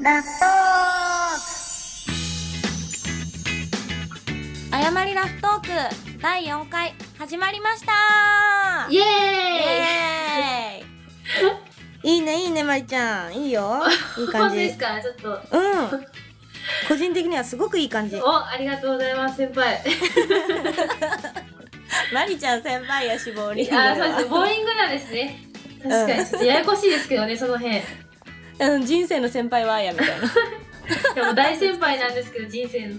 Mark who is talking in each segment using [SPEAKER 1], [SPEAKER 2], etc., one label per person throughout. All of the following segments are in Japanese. [SPEAKER 1] 納豆
[SPEAKER 2] 誤りラフトーク第4回始まりました
[SPEAKER 3] イエーイ
[SPEAKER 2] イエーイいいねいいねまりちゃんいい よいい
[SPEAKER 3] 本
[SPEAKER 2] 感
[SPEAKER 3] 当
[SPEAKER 2] じ
[SPEAKER 3] ですかちょっと。
[SPEAKER 2] うん個人的にはすごくいい感じ
[SPEAKER 3] お、ありがとうございます、先輩。
[SPEAKER 2] まりちゃん先輩やしボーリングでは
[SPEAKER 3] あ、そうですね。ボーリングなんですね。確か
[SPEAKER 2] うん
[SPEAKER 3] に、ちょっとややこしいですけどね、その辺。で
[SPEAKER 2] うん人生の先輩はあやみたいな
[SPEAKER 3] も大先輩なんですけど、人生の。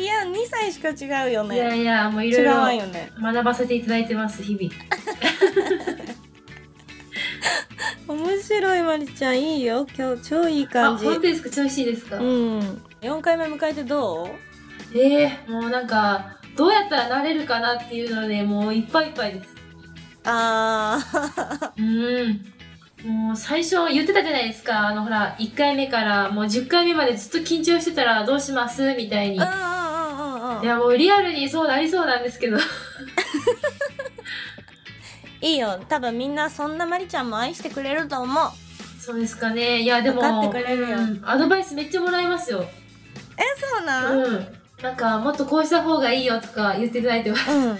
[SPEAKER 2] いや2歳しか違うよね
[SPEAKER 3] いやいや、もういろ
[SPEAKER 2] 違
[SPEAKER 3] いうろ
[SPEAKER 2] わよね
[SPEAKER 3] 学ばせていただいてます、日々。
[SPEAKER 2] 面白いまりちゃんいいよ今日超いい
[SPEAKER 3] あ、
[SPEAKER 2] 感じ
[SPEAKER 3] 本当ですか調子いいですか、
[SPEAKER 2] うん4回目迎えてどう
[SPEAKER 3] ええもうなんか、どうやったらなれるかなっていうので、もういっぱいいっぱいです。
[SPEAKER 2] あー
[SPEAKER 3] うーん。もう最初言ってたじゃないですか。あのほら、1回目からもう10回目までずっと緊張してたらどうしますみたいに。い
[SPEAKER 2] うんうんうんうんうん
[SPEAKER 3] やもうリアルにそうなりそうなんですけど。
[SPEAKER 2] いいよ多分みんなそんなまりちゃんも愛してくれると思う
[SPEAKER 3] そうですかね。いやでも、
[SPEAKER 2] わかってくれるよ
[SPEAKER 3] うんアドバイスめっちゃもらいますよ。
[SPEAKER 2] えそう
[SPEAKER 3] う
[SPEAKER 2] なん
[SPEAKER 3] ん。なんか、もっとこうした方がいいよとか言っていただいてます。
[SPEAKER 2] うん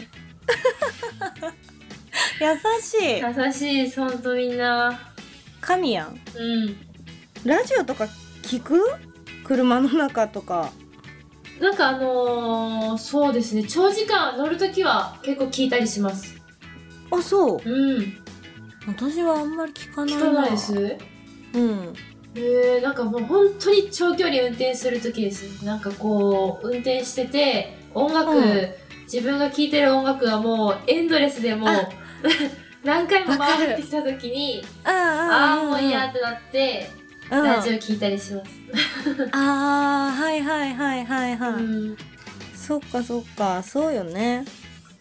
[SPEAKER 2] 優しい
[SPEAKER 3] 優しいです、ほんとみんな。
[SPEAKER 2] 神やん
[SPEAKER 3] うん。
[SPEAKER 2] ラジオとか聞く車の中とか
[SPEAKER 3] なんかあのー、そうですね。長時間乗るときは結構聞いたりします。
[SPEAKER 2] あそう
[SPEAKER 3] うん。
[SPEAKER 2] 私はあんまり聞かない
[SPEAKER 3] 聞かないです
[SPEAKER 2] うん
[SPEAKER 3] えー、なんかもう本当に長距離運転する時ですなんかこう運転してて音楽、
[SPEAKER 2] うん
[SPEAKER 3] 自分が聴いてる音楽がもうエンドレスで もう何回も回ってきた時にああもういいやってなって、
[SPEAKER 2] うん
[SPEAKER 3] ラジオ聴いたりします、
[SPEAKER 2] あーはいはいはいはいはい、
[SPEAKER 3] うん、
[SPEAKER 2] そっかそっかそうよね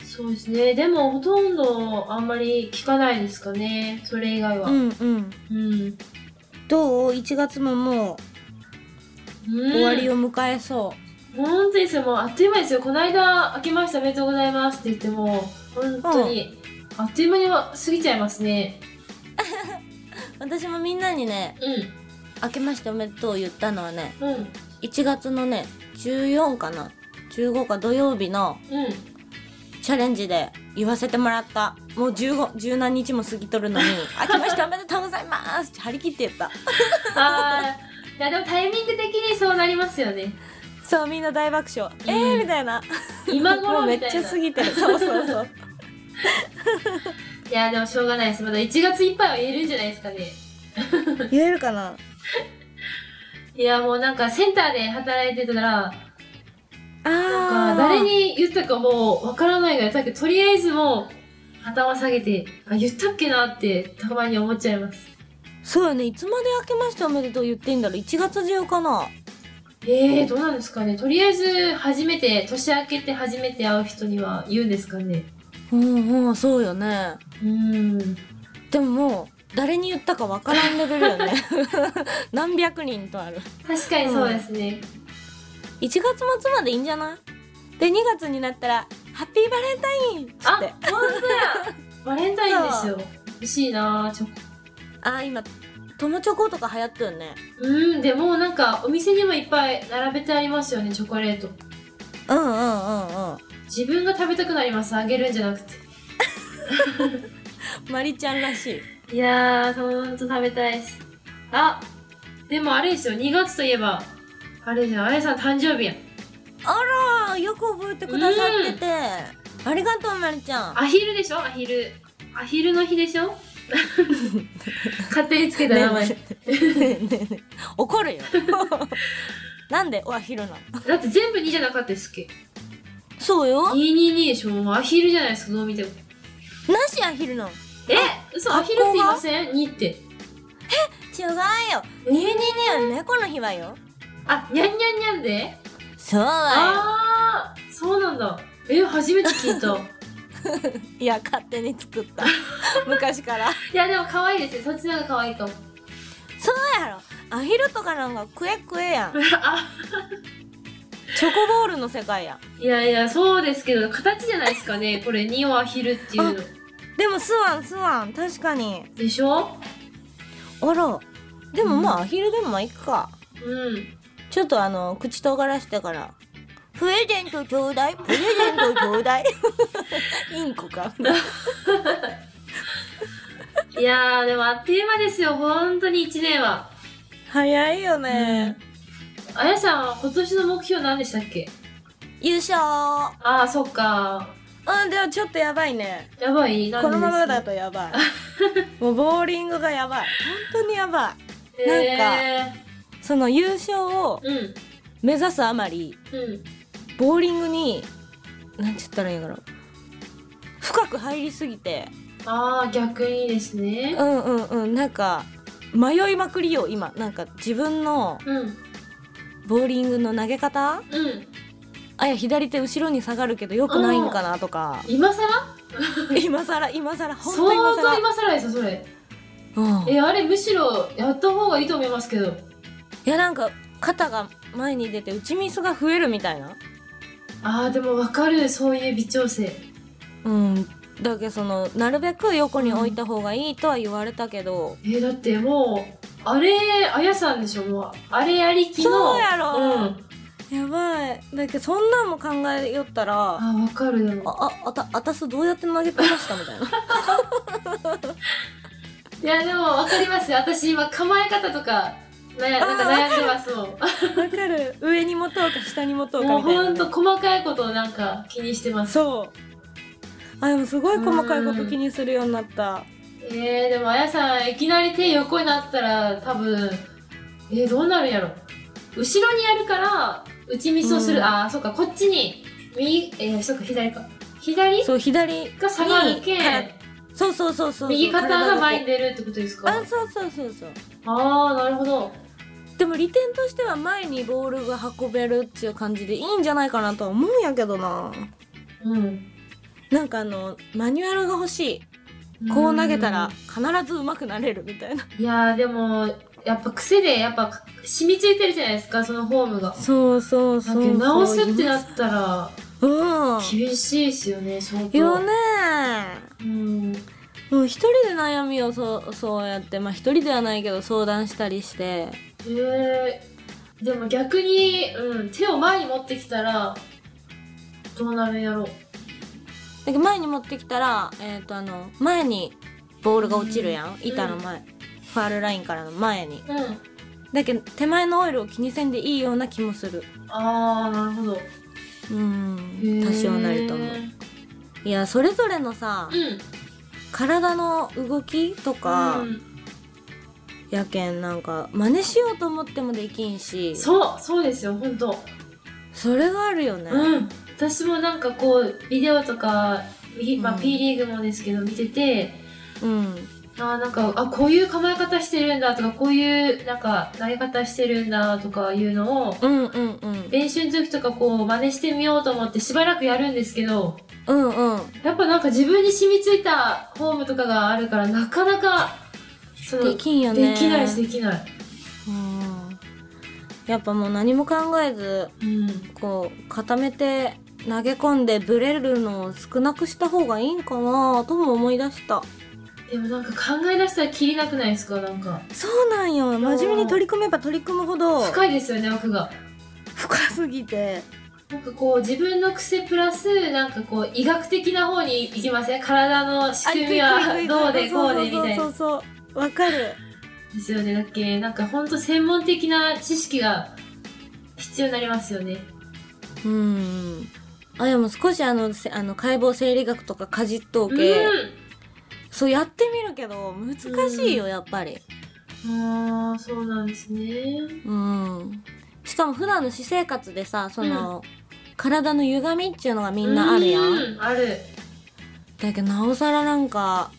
[SPEAKER 3] そうですねでもほとんどあんまり聞かないですかねそれ以外は
[SPEAKER 2] う、んうん
[SPEAKER 3] うん
[SPEAKER 2] どう1月ももう終わりを迎えそう、
[SPEAKER 3] 本当ですよ、もうあっという間ですよ。この間、明けましておめでとうございますって言っても、本当に、あっという間に過ぎちゃいますね。
[SPEAKER 2] 私もみんなにね
[SPEAKER 3] う
[SPEAKER 2] 明けましておめでとう言ったのはね
[SPEAKER 3] ん、うん、うん。
[SPEAKER 2] 1月のね14かな15か土曜日のチャレンジで言わせてもらったもう15十何日も過ぎとるのに 「明けましておめでとうございます」って張り切って言った
[SPEAKER 3] あー、いやでもタイミング的にそうなりますよね。
[SPEAKER 2] そうみんな大爆笑、
[SPEAKER 3] うん
[SPEAKER 2] えーみたいな
[SPEAKER 3] 今
[SPEAKER 2] も
[SPEAKER 3] 頃
[SPEAKER 2] うめ
[SPEAKER 3] み
[SPEAKER 2] った
[SPEAKER 3] い
[SPEAKER 2] ち
[SPEAKER 3] な。
[SPEAKER 2] ゃ過ぎてるそうそうそう
[SPEAKER 3] いや、でもしょうがないです。まだ1月いっぱいは言えるんじゃないですかね。
[SPEAKER 2] 言えるかない
[SPEAKER 3] や、もうなんかセンターで働いてたら、
[SPEAKER 2] あ
[SPEAKER 3] な
[SPEAKER 2] ー
[SPEAKER 3] んか誰に言ったかもうわからないぐらい、だけどとりあえずもう頭下げて、あ、言ったっけなってたまに思っちゃいます。
[SPEAKER 2] そうよねいつまで明けましておめでとう言ってんだろう1月中かな
[SPEAKER 3] えー、どうなんですかね。とりあえず、初めて、年明けて初めて会う人には言うんですかね。
[SPEAKER 2] うんうんそうよね
[SPEAKER 3] うーん。
[SPEAKER 2] でももう誰に言ったかわからんレベルよね何百人とある
[SPEAKER 3] 確かにそうですね。
[SPEAKER 2] 1月末までいいんじゃないで2月になったら「ハッピーバレンタイン!」っつ
[SPEAKER 3] あ、
[SPEAKER 2] っ
[SPEAKER 3] 本
[SPEAKER 2] て
[SPEAKER 3] 当やバレンタインですよ。欲しいなぁ、チョコ。
[SPEAKER 2] あー今友チョコとか流行ったよね
[SPEAKER 3] うーん、でもなんか、お店にもいっぱい並べてありますよね、チョコレート。
[SPEAKER 2] うんうんうんうん
[SPEAKER 3] 自分が食べたくなります、あげるんじゃなくて。
[SPEAKER 2] まりちゃんらしい
[SPEAKER 3] いやー、ほんと食べたいです。あ、でもあれですよ、2月といえば、あれですよ、あやさん誕生日やん。
[SPEAKER 2] あーよく覚えてくださっててありがとうまりちゃん
[SPEAKER 3] アヒルでしょアヒルアヒルの日でしょ勝手につけた名前、
[SPEAKER 2] ねえねえねえねえねえ怒るよなんでおアヒルなの
[SPEAKER 3] だって全部2じゃなかったですっけ
[SPEAKER 2] そうよ
[SPEAKER 3] 222でしょもうアヒルじゃないですかどう見ても
[SPEAKER 2] なしアヒルなの
[SPEAKER 3] え嘘アヒルって言いません ?2 って
[SPEAKER 2] 違うよ22には猫の日はよ
[SPEAKER 3] あにゃんにゃんにゃんで
[SPEAKER 2] そうだ
[SPEAKER 3] あーそうなんだえ初めて聞いた
[SPEAKER 2] よいや勝手に作った 昔から
[SPEAKER 3] いやでも可愛いですねそっちの方が可愛いかも
[SPEAKER 2] そうやろアヒルとかなんか食え食えやん
[SPEAKER 3] あ
[SPEAKER 2] チョコボールの世界やん
[SPEAKER 3] いやいやそうですけど形じゃないですかねこれ2をアヒルっていうの
[SPEAKER 2] でもスワンスワン確かに
[SPEAKER 3] でしょ
[SPEAKER 2] あらでもまあ、アヒルでもまあいっか
[SPEAKER 3] ううん。
[SPEAKER 2] ちょっとあの口尖らしてから「プレゼントちょうだいプレゼントちょう だい」インコか
[SPEAKER 3] いやー、でもあっという間ですよ、本当に1年は。
[SPEAKER 2] 早いよね、
[SPEAKER 3] あやさんは今年の目標何でしたっけ
[SPEAKER 2] 優勝
[SPEAKER 3] ああ、そっか。
[SPEAKER 2] うんでもちょっとやばいね
[SPEAKER 3] やばいなん
[SPEAKER 2] こ
[SPEAKER 3] で
[SPEAKER 2] のままだ
[SPEAKER 3] で
[SPEAKER 2] とや ばいもうボーリングがやばい本当にやば
[SPEAKER 3] すね。え
[SPEAKER 2] いその優勝を
[SPEAKER 3] ー、うん。
[SPEAKER 2] 目指すあまり
[SPEAKER 3] うん。
[SPEAKER 2] ボーリングになんて言ったらいいんやろ深く入りすぎて
[SPEAKER 3] ああ、逆にですね
[SPEAKER 2] う。んうんうんなんか迷いまくりよ今なんか自分の
[SPEAKER 3] うん。
[SPEAKER 2] ボーリングの投げ方
[SPEAKER 3] うん。
[SPEAKER 2] あや左手後ろに下がるけどよくないんかなと か
[SPEAKER 3] 今更
[SPEAKER 2] 今さら今さら
[SPEAKER 3] 相
[SPEAKER 2] 本当今さ
[SPEAKER 3] 当
[SPEAKER 2] ら
[SPEAKER 3] 今更ですよ、それ。
[SPEAKER 2] うん、い
[SPEAKER 3] え、あれ、むしろやった方がいいと思いますけど。
[SPEAKER 2] やなんか肩が前に出て打ちミスが増えるみたいな
[SPEAKER 3] ああ、でもわかる、そういう微調整。
[SPEAKER 2] うんだけどそのなるべく横に置いた方がいいとは言われたけど、
[SPEAKER 3] えーだってもう、あれ、あやさんでしょ、もう。あれありきの。
[SPEAKER 2] そうやろ
[SPEAKER 3] うん。
[SPEAKER 2] やばいだけどそんなんも考えよったらあ
[SPEAKER 3] あー、わかる、でも。
[SPEAKER 2] ああたあたすどうやって投げてましたみたいな
[SPEAKER 3] いや、でもわかりますよ。私、今、構え方とか、ね、なんか悩んでますもん。
[SPEAKER 2] わかる上に持とうか下に持とうか
[SPEAKER 3] もう
[SPEAKER 2] みたいな
[SPEAKER 3] ほ
[SPEAKER 2] ね、
[SPEAKER 3] んと細かいことをなんか気にしてます。
[SPEAKER 2] そうあでもすごい細かいこと気にするようになった
[SPEAKER 3] えー、でもあやさんいきなり手横になったら多分えー、どうなるんやろ後ろにやるから打ちミスをする、
[SPEAKER 2] うん
[SPEAKER 3] ああそっかこっちに右えー、そっか左か左
[SPEAKER 2] そう左に
[SPEAKER 3] が下がるけん
[SPEAKER 2] からそうそうそうそう
[SPEAKER 3] 右肩が前に
[SPEAKER 2] で
[SPEAKER 3] 出るってことですか
[SPEAKER 2] あそうそうそうそう
[SPEAKER 3] ああなるほど
[SPEAKER 2] でも利点としては前にボールが運べるっていう感じでいいんじゃないかなとは思うんやけどな
[SPEAKER 3] うん
[SPEAKER 2] なんかあのマニュアルが欲しいこう投げたら必ず上手くなれるみたいな
[SPEAKER 3] うんいやーでもやっぱ癖でやっぱ染みついてるじゃないですかそのフォームが
[SPEAKER 2] そうそうそ
[SPEAKER 3] だけ
[SPEAKER 2] う
[SPEAKER 3] ど直すってなったら
[SPEAKER 2] うん
[SPEAKER 3] 厳しいですよね相当
[SPEAKER 2] よね
[SPEAKER 3] うん
[SPEAKER 2] もう一人で悩みをそうそうやってまあ一人ではないけど相談したりして
[SPEAKER 3] えー、でも逆に、うん、手を前に持ってきたらどうなるんやろう
[SPEAKER 2] だけど前に持ってきたら、えー、とあの前にボールが落ちるやん、板の前、ファールラインからの前に
[SPEAKER 3] うん
[SPEAKER 2] だけど手前のオイルを気にせんでいいような気もする
[SPEAKER 3] ああなるほど
[SPEAKER 2] うん多少なりとも
[SPEAKER 3] へー
[SPEAKER 2] いやそれぞれのさ
[SPEAKER 3] うん
[SPEAKER 2] 体の動きとか、
[SPEAKER 3] うん
[SPEAKER 2] やけんなんか真似しようと思ってもできんしそ
[SPEAKER 3] そうそうですよ本当
[SPEAKER 2] れがあるよね、
[SPEAKER 3] うん私もなんかこうビデオとか、みま
[SPEAKER 2] う
[SPEAKER 3] あ、
[SPEAKER 2] ん
[SPEAKER 3] P リーグもですけど見てて、
[SPEAKER 2] うん
[SPEAKER 3] あーなんかあこういう構え方してるんだとかこういうなんか投げ方してるんだとかいうのを
[SPEAKER 2] うんうんうん
[SPEAKER 3] 練習の時とかこう真似してみようと思ってしばらくやるんですけど
[SPEAKER 2] うんうん
[SPEAKER 3] やっぱなんか自分に染みついたフォームとかがあるからなかなかその
[SPEAKER 2] できんよね
[SPEAKER 3] できないしできない、
[SPEAKER 2] うんやっぱもう何も考えず
[SPEAKER 3] うん、
[SPEAKER 2] こう固めて投げ込んでブレるのを少なくした方がいいんかなとも思い出した
[SPEAKER 3] でもなんか考え出したら切りなくないですかなんか
[SPEAKER 2] そうなんよ真面目に取り組めば取り組むほど
[SPEAKER 3] 深いですよね奥が
[SPEAKER 2] 深すぎて
[SPEAKER 3] なんかこう自分の癖プラスなんかこう医学的な方に行きません体の仕組みはどうでこうでみたい
[SPEAKER 2] そ
[SPEAKER 3] な
[SPEAKER 2] うそうそうわかる
[SPEAKER 3] ですよねだっけなんかほんと専門的な知識が必要になりますよね
[SPEAKER 2] うんあでも少しあのせあの解剖生理学とかかじっとう
[SPEAKER 3] うん
[SPEAKER 2] け、そうやってみるけど難しいよやっぱり
[SPEAKER 3] あーそうなんですね
[SPEAKER 2] うんしかも普段の私生活でさその、体の歪みっていうのがみんなあるやん、
[SPEAKER 3] うんある
[SPEAKER 2] だけどなおさらなんか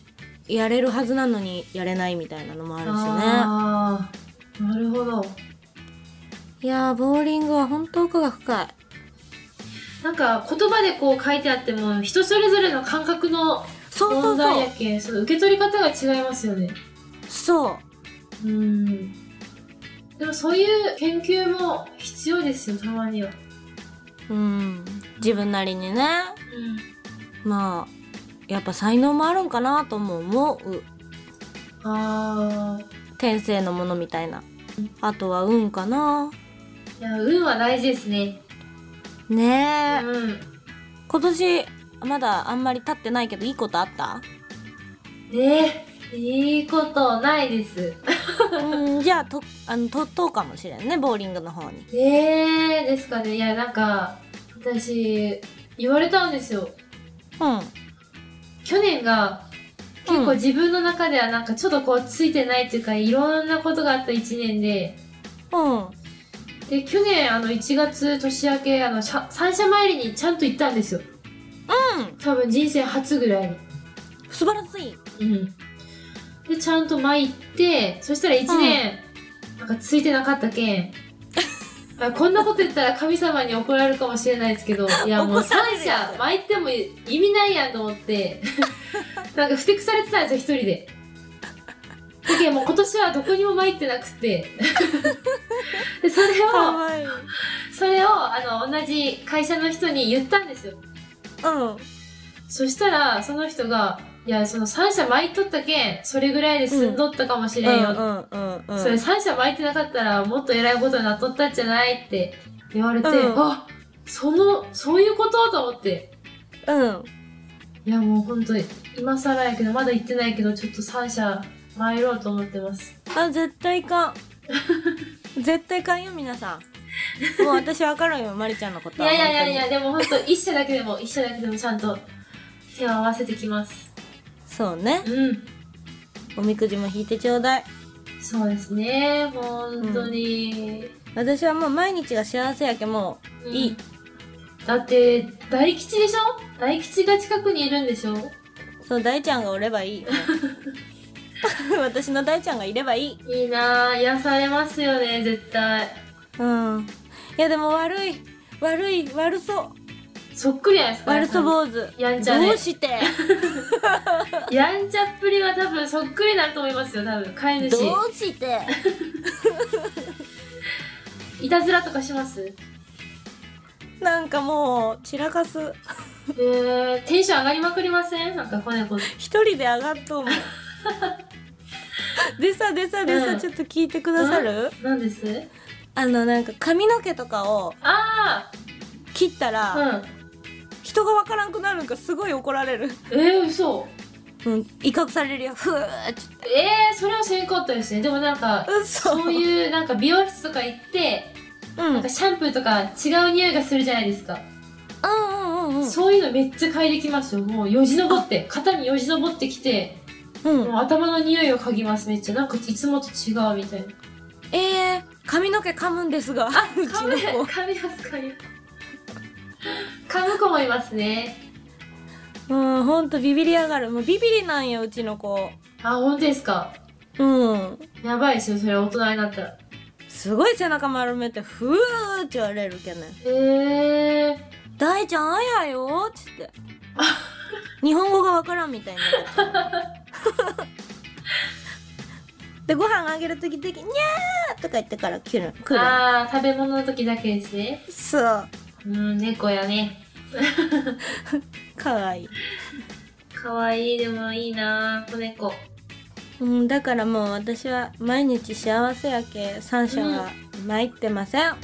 [SPEAKER 2] やれるはずなのにやれないみたいなのもあるしね
[SPEAKER 3] あーなるほど
[SPEAKER 2] いやーボーリングは本当奥が深い
[SPEAKER 3] なんか言葉でこう書いてあっても人それぞれの感覚の
[SPEAKER 2] そうそ
[SPEAKER 3] 問
[SPEAKER 2] う
[SPEAKER 3] 題
[SPEAKER 2] そ
[SPEAKER 3] や
[SPEAKER 2] う
[SPEAKER 3] けんその受け取り方が違いますよね
[SPEAKER 2] そう
[SPEAKER 3] うんでもそういう研究も必要ですよたまには
[SPEAKER 2] うん、自分なりにね
[SPEAKER 3] うん
[SPEAKER 2] まあやっぱ才能もあるんかなとも思う
[SPEAKER 3] あ
[SPEAKER 2] 天性のものみたいなあとは運かない
[SPEAKER 3] や運は大事ですね
[SPEAKER 2] ねえ、
[SPEAKER 3] うん
[SPEAKER 2] 今年まだあんまり経ってないけどいいことあった
[SPEAKER 3] ねえいいことないです
[SPEAKER 2] うんじゃあとあのとっとうかもしれんねボーリングの方に
[SPEAKER 3] ねえですかねいやなんか私言われたんですよ
[SPEAKER 2] うん
[SPEAKER 3] 去年が結構
[SPEAKER 2] うん
[SPEAKER 3] 自分の中ではなんかちょっとこうついてないっていうかいろんなことがあった1年で
[SPEAKER 2] うん
[SPEAKER 3] で去年あの1月年明けあのしゃ三社参りにちゃんと行ったんですよ多分人生初ぐらいに
[SPEAKER 2] 素晴らしい
[SPEAKER 3] うんでちゃんと参ってそしたら1年、なんかついてなかったけんあこんなこと言ったら神様に怒られるかもしれないです けどいやもう
[SPEAKER 2] 怒られ
[SPEAKER 3] 三
[SPEAKER 2] るやつ
[SPEAKER 3] 社参っても意味ないやんと思って なんかふてくされてたんですよ一人でだけどもう今年はどこにも参ってなくて でそれ
[SPEAKER 2] か
[SPEAKER 3] を
[SPEAKER 2] わいい
[SPEAKER 3] それをあの同じ会社の人に言ったんですよ
[SPEAKER 2] うん
[SPEAKER 3] そしたらその人が「いやその3社巻いとったけんそれぐらいで済んどったかもしれんよ」
[SPEAKER 2] うんうんうんうん
[SPEAKER 3] それ3社巻いてなかったらもっと偉いことになっとったんじゃないって言われて、
[SPEAKER 2] うん
[SPEAKER 3] あそのそういうことと思って
[SPEAKER 2] うん
[SPEAKER 3] いやもうほんと今更やけどまだ行ってないけどちょっと3社参ろうと思ってます
[SPEAKER 2] あ絶対い かん絶対いかんよ皆さんもう私わかるよまりちゃんのこと
[SPEAKER 3] い
[SPEAKER 2] は
[SPEAKER 3] やいやいやいやでもほんと1社だけでも1社だけでもちゃんと手を合わせてきます
[SPEAKER 2] そうね
[SPEAKER 3] うん
[SPEAKER 2] おみくじも引いてちょうだい
[SPEAKER 3] そうですねほんとに、
[SPEAKER 2] 私はもう毎日が幸せやけもういい、
[SPEAKER 3] だって大吉でしょ大吉が近くにいるんでしょ
[SPEAKER 2] そう大ちゃんがおればいい 私の大ちゃんがいればいい
[SPEAKER 3] いいなぁ癒されますよね絶対
[SPEAKER 2] うんいやでも悪い悪い悪そう
[SPEAKER 3] そっくりじゃないですか
[SPEAKER 2] 悪そう坊主
[SPEAKER 3] やんちゃで
[SPEAKER 2] どうして
[SPEAKER 3] やんちゃっぷりは多分そっくりになると思いますよ多分飼い
[SPEAKER 2] ど
[SPEAKER 3] 主
[SPEAKER 2] うして
[SPEAKER 3] いたずらとかしますえ
[SPEAKER 2] なんかもう散らかす
[SPEAKER 3] ー、テンション上がりまくりませんなんか子猫
[SPEAKER 2] 一人で上がっとうもん でさでさでさ、
[SPEAKER 3] うん
[SPEAKER 2] ちょっと聞いてくださる、
[SPEAKER 3] なんです
[SPEAKER 2] あのなんか髪の毛とかを
[SPEAKER 3] あ
[SPEAKER 2] 切ったら、
[SPEAKER 3] あ
[SPEAKER 2] 人がわからんくなるんかすごい怒られる、
[SPEAKER 3] うんえー、嘘
[SPEAKER 2] うん、威嚇されるよふーっちょっ
[SPEAKER 3] えー、それはせんかったですねでもなんか
[SPEAKER 2] と嘘
[SPEAKER 3] そういうなんか美容室とか行って
[SPEAKER 2] うん
[SPEAKER 3] なんかシャンプーとか違う匂いがするじゃないですか
[SPEAKER 2] うんうんうんうん
[SPEAKER 3] そういうのめっちゃ嗅いできますよ。もうよじ登って、肩によじ登ってきて、
[SPEAKER 2] うん
[SPEAKER 3] もう頭の匂いを嗅ぎます、めっちゃ。なんかいつもと違うみたいな。
[SPEAKER 2] えー、髪の毛噛むんですがうち
[SPEAKER 3] 噛む、
[SPEAKER 2] の
[SPEAKER 3] 噛みます、噛みます。噛む子もいますね。
[SPEAKER 2] 子うんほんとビビりやがるもうビビりなんようちの子
[SPEAKER 3] あ、本当ですか。
[SPEAKER 2] うん
[SPEAKER 3] やばいですよ、それ大人になったら。
[SPEAKER 2] すごい背中丸めてふーって言われるけどね
[SPEAKER 3] えー、
[SPEAKER 2] 大ちゃんあやよっつって日本語がわからんみたいになっ ちゃうでご飯あげる時的に「にゃー」とか言ってから来る来る
[SPEAKER 3] あー、食べ物の時だけですね。
[SPEAKER 2] そう
[SPEAKER 3] うん、猫やね。
[SPEAKER 2] かわいい、
[SPEAKER 3] かわいい、でもいいなぁ、子猫。
[SPEAKER 2] うん、だからもう私は毎日幸せやけ三者は参ってません、
[SPEAKER 3] あ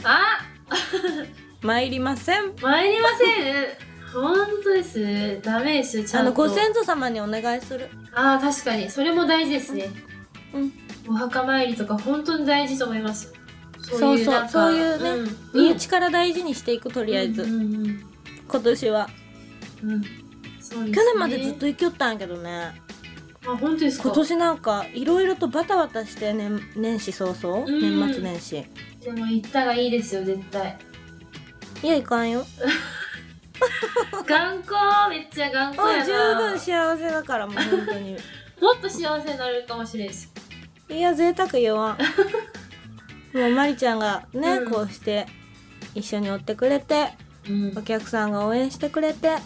[SPEAKER 2] 参りません
[SPEAKER 3] 参りません。ほんとです。ダメですよ、ちゃ
[SPEAKER 2] あ
[SPEAKER 3] んと。
[SPEAKER 2] のご先祖様にお願いする
[SPEAKER 3] ああ確かにそれも大事ですね、
[SPEAKER 2] うん
[SPEAKER 3] お墓参りとか本当に大事と思います
[SPEAKER 2] そうそう
[SPEAKER 3] なんか
[SPEAKER 2] そういうね
[SPEAKER 3] ん
[SPEAKER 2] 身内から大事にしていくとりあえず、
[SPEAKER 3] うんうん
[SPEAKER 2] 今年は
[SPEAKER 3] うんうんそうですね
[SPEAKER 2] 去年までずっと生きよったんやけどね
[SPEAKER 3] あ本当ですか
[SPEAKER 2] 今年なんかいろいろとバタバタして年年始早々
[SPEAKER 3] うん
[SPEAKER 2] 年末年始
[SPEAKER 3] でも行ったがいいですよ絶対
[SPEAKER 2] いやいかんよ
[SPEAKER 3] 頑固めっちゃ頑固
[SPEAKER 2] あ
[SPEAKER 3] や
[SPEAKER 2] 十
[SPEAKER 3] な
[SPEAKER 2] 分幸せだからもう本当 に
[SPEAKER 3] もっと幸せになれるかもしれないです
[SPEAKER 2] いや贅沢言わんもうまりちゃんがね、
[SPEAKER 3] うん
[SPEAKER 2] こうして一緒に追ってくれて
[SPEAKER 3] うん
[SPEAKER 2] お客さんが応援してくれて
[SPEAKER 3] わ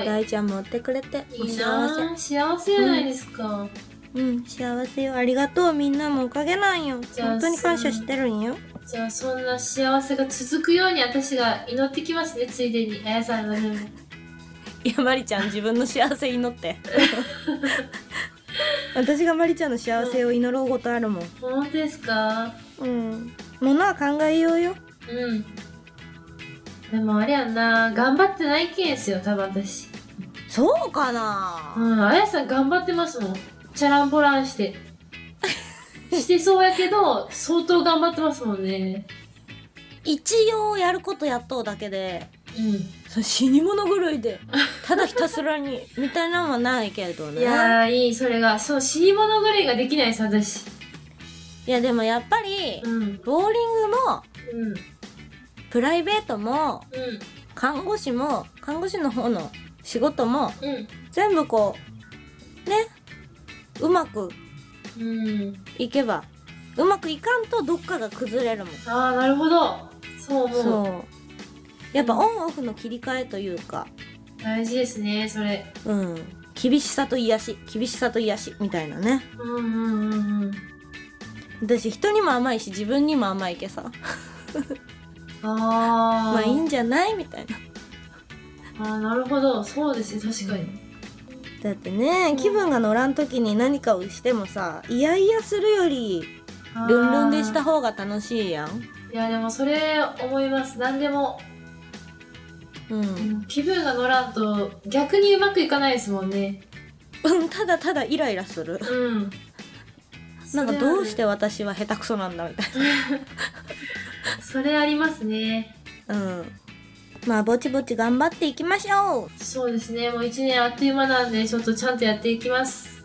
[SPEAKER 3] ーい
[SPEAKER 2] 大ちゃんも追ってくれてもう
[SPEAKER 3] いい
[SPEAKER 2] 幸
[SPEAKER 3] な
[SPEAKER 2] せ
[SPEAKER 3] 幸幸せじゃないですか、
[SPEAKER 2] うん幸せよありがとうみんなもおかげなんよ
[SPEAKER 3] じゃあ
[SPEAKER 2] 本当に感謝してるんよ
[SPEAKER 3] じゃあそんな幸せが続くように私が祈ってきますねついでにあやさんの分も
[SPEAKER 2] いやまりちゃん自分の幸せ祈って 私がマリちゃんの幸せを祈ろうことあるもん
[SPEAKER 3] 本当ですか
[SPEAKER 2] うんものは考えようよ
[SPEAKER 3] うんでもあれやんな頑張ってないけんすよ多分私
[SPEAKER 2] そうかな
[SPEAKER 3] うんあやさん頑張ってますもんチャランポランして してそうやけど相当頑張ってますもんね
[SPEAKER 2] 一応やることやっとうだけで
[SPEAKER 3] うん
[SPEAKER 2] その死に物狂いでただひたすらにみたいなのはないけどね
[SPEAKER 3] いやーいいそれがそう死に物狂いができないです私
[SPEAKER 2] いやでもやっぱり
[SPEAKER 3] うんうん
[SPEAKER 2] ボーリングも
[SPEAKER 3] うん
[SPEAKER 2] プライベートも
[SPEAKER 3] うん
[SPEAKER 2] 看護師も看護師の方の仕事も
[SPEAKER 3] うん
[SPEAKER 2] 全部こうねうまく
[SPEAKER 3] うん
[SPEAKER 2] いけばうまくいかんとどっかが崩れるもん
[SPEAKER 3] ああなるほどそう思う
[SPEAKER 2] そうやっぱオンオフの切り替えというか
[SPEAKER 3] 大事ですねそれ
[SPEAKER 2] うん厳しさと癒し厳しさと癒しみたいなね
[SPEAKER 3] うんうんうんうん
[SPEAKER 2] 私人にも甘いし自分にも甘いけさ
[SPEAKER 3] あー、
[SPEAKER 2] まあいいんじゃないみたいな
[SPEAKER 3] あーなるほどそうですね確かに
[SPEAKER 2] だってね
[SPEAKER 3] ん
[SPEAKER 2] 気分が乗らん時に何かをしてもさいやいやするよりルンルンでした
[SPEAKER 3] あ
[SPEAKER 2] 方が楽しいやん
[SPEAKER 3] ーいやでもそれ思います何でも
[SPEAKER 2] う、
[SPEAKER 3] うんん気分が乗らんと逆にうまくいかないですもんね
[SPEAKER 2] うん、ただただイライラする
[SPEAKER 3] うん
[SPEAKER 2] なんかどうして
[SPEAKER 3] は
[SPEAKER 2] 私は下手くそなんだみたい
[SPEAKER 3] それありますね
[SPEAKER 2] なうんまあぼちぼち頑張っていきましょう
[SPEAKER 3] そうですねもう1年あっという間なんでちょっとちゃんとやっていきます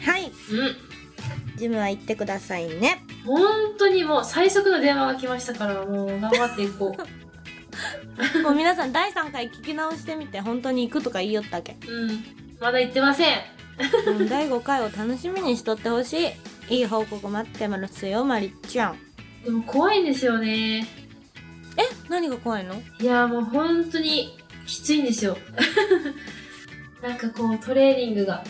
[SPEAKER 2] はい
[SPEAKER 3] うん
[SPEAKER 2] ジムは行ってください ね
[SPEAKER 3] 本当にもう最速の電話が来ましたからもう頑張っていこ う
[SPEAKER 2] もう皆さん第3回聞き直してみて本当に行くとか言いよったけ、
[SPEAKER 3] うんまだ行ってません
[SPEAKER 2] うん、第5回を楽しみにしとってほしいいい報告待ってますよマリちゃん
[SPEAKER 3] でも怖いんですよね
[SPEAKER 2] え何が怖いの
[SPEAKER 3] いやもう本当にきついんですよ なんかこうトレーニングが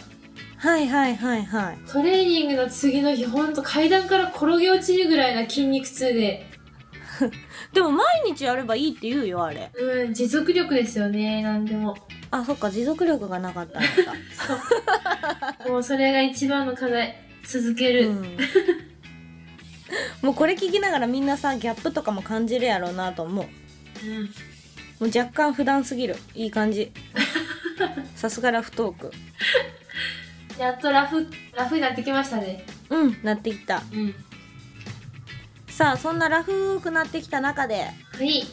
[SPEAKER 2] はいはいはいはい
[SPEAKER 3] トレーニングの次の日ほんと階段から転げ落ちるぐらいな筋肉痛で
[SPEAKER 2] でも毎日やればいいって言うよあれ
[SPEAKER 3] うん持続力ですよね何で も
[SPEAKER 2] あそっか持続力がなかったんだ、
[SPEAKER 3] もうそれが一番の課題続け
[SPEAKER 2] う
[SPEAKER 3] る、
[SPEAKER 2] ん、もうこれ聞きながらみんなさギャップとかも感じるやろうなと思う
[SPEAKER 3] うん
[SPEAKER 2] もう若干普段すぎるいい感じさすがラフトーク
[SPEAKER 3] やっとラフラフになってきましたね
[SPEAKER 2] うんなってきた
[SPEAKER 3] うん
[SPEAKER 2] さあそんなラフくなってきた中で
[SPEAKER 3] はい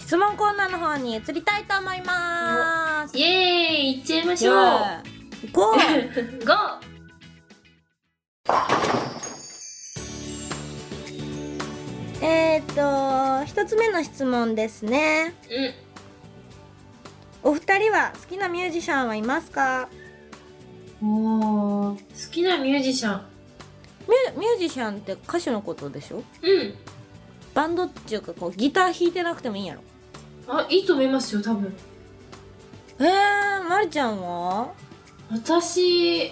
[SPEAKER 2] 質問コーナーの方に移りたいと思います
[SPEAKER 3] イエーイいっちゃいまし
[SPEAKER 2] じ
[SPEAKER 3] ょう
[SPEAKER 2] ゃあ行こ
[SPEAKER 3] GO!
[SPEAKER 2] うえーっと一つ目の質問ですね
[SPEAKER 3] うん
[SPEAKER 2] お二人は好きなミュージシャンはいますか
[SPEAKER 3] おー好きなミュージシャン
[SPEAKER 2] ミュミュージシャンって歌手のことでしょ
[SPEAKER 3] うん
[SPEAKER 2] バンドっていうかこうギター弾いてなくてもいいんやろ
[SPEAKER 3] あいいと思いますよ多分
[SPEAKER 2] えー、まるちゃんは
[SPEAKER 3] 私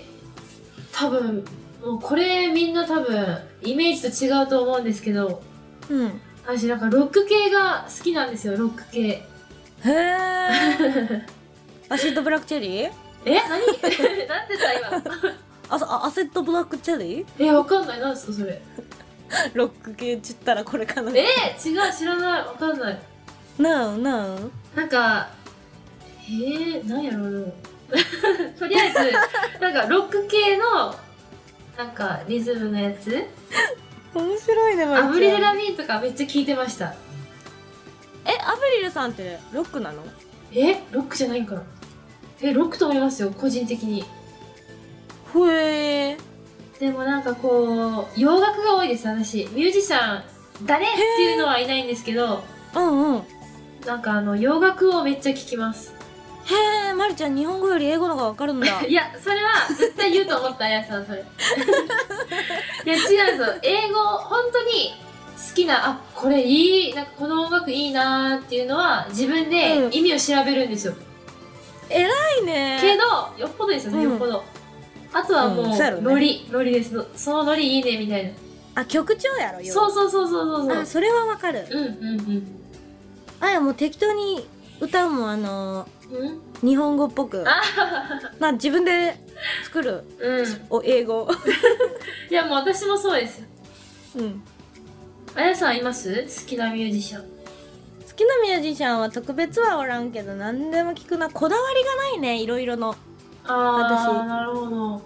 [SPEAKER 3] 多分もうこれみんな多分イメージと違うと思うんですけど
[SPEAKER 2] うんへ
[SPEAKER 3] 私なんかロック系が好きなんですよロック系
[SPEAKER 2] えアシッドブラックチェリー
[SPEAKER 3] え 何なんて言った今
[SPEAKER 2] あそあアセットブラックチェリー
[SPEAKER 3] えわかんないなんですかそれ
[SPEAKER 2] ロック系っちったらこれかな
[SPEAKER 3] え違う知らないわかんない
[SPEAKER 2] なあなあ
[SPEAKER 3] なんかえー、なんやろう なとりあえずなんかロック系のなんかリズムのやつ
[SPEAKER 2] 面白いね
[SPEAKER 3] ア
[SPEAKER 2] ま
[SPEAKER 3] ブ
[SPEAKER 2] る
[SPEAKER 3] リ
[SPEAKER 2] ちゃ
[SPEAKER 3] ル・
[SPEAKER 2] ん
[SPEAKER 3] ラビーンとかめっちゃ聞いてました
[SPEAKER 2] えアブリルさんってロックなの
[SPEAKER 3] えロックじゃないんかなえロックと思いますよ個人的に
[SPEAKER 2] ふえ
[SPEAKER 3] でもなんかこう洋楽が多いです私ミュージシャン誰っていうのはいないんですけど
[SPEAKER 2] うんうんへ
[SPEAKER 3] なんかあの洋楽をめっちゃ聞きます
[SPEAKER 2] えまるちゃん日本語より英語の方がわかるん だ
[SPEAKER 3] いやそれは絶対言うと思ったあやさんそれ いや違うぞ英語本当に好きなあこれいいなんかこの音楽いいなーっていうのは自分で意味を調べるんですよ、
[SPEAKER 2] いいね
[SPEAKER 3] けどよっぽどですよね、
[SPEAKER 2] うん
[SPEAKER 3] よっぽどあとはもう、
[SPEAKER 2] うんそうやろね
[SPEAKER 3] ノリノリですそのノリいいねみたいな
[SPEAKER 2] あ曲調やろよ
[SPEAKER 3] そうそうそうそうそう
[SPEAKER 2] あ
[SPEAKER 3] そ
[SPEAKER 2] それはわかる
[SPEAKER 3] ううんうんうん
[SPEAKER 2] あやもう適当に歌うもんあのー
[SPEAKER 3] うん
[SPEAKER 2] 日本語っぽく
[SPEAKER 3] あ
[SPEAKER 2] な自分で作る
[SPEAKER 3] うん
[SPEAKER 2] お英語
[SPEAKER 3] いやもう私もそうですよ
[SPEAKER 2] うん
[SPEAKER 3] あやさんいます好きなミュージシャン
[SPEAKER 2] 好きなミュージシャンは特別はおらんけど何でも聞くなこだわりがないねいろいろの
[SPEAKER 3] あ
[SPEAKER 2] 私
[SPEAKER 3] あなるほど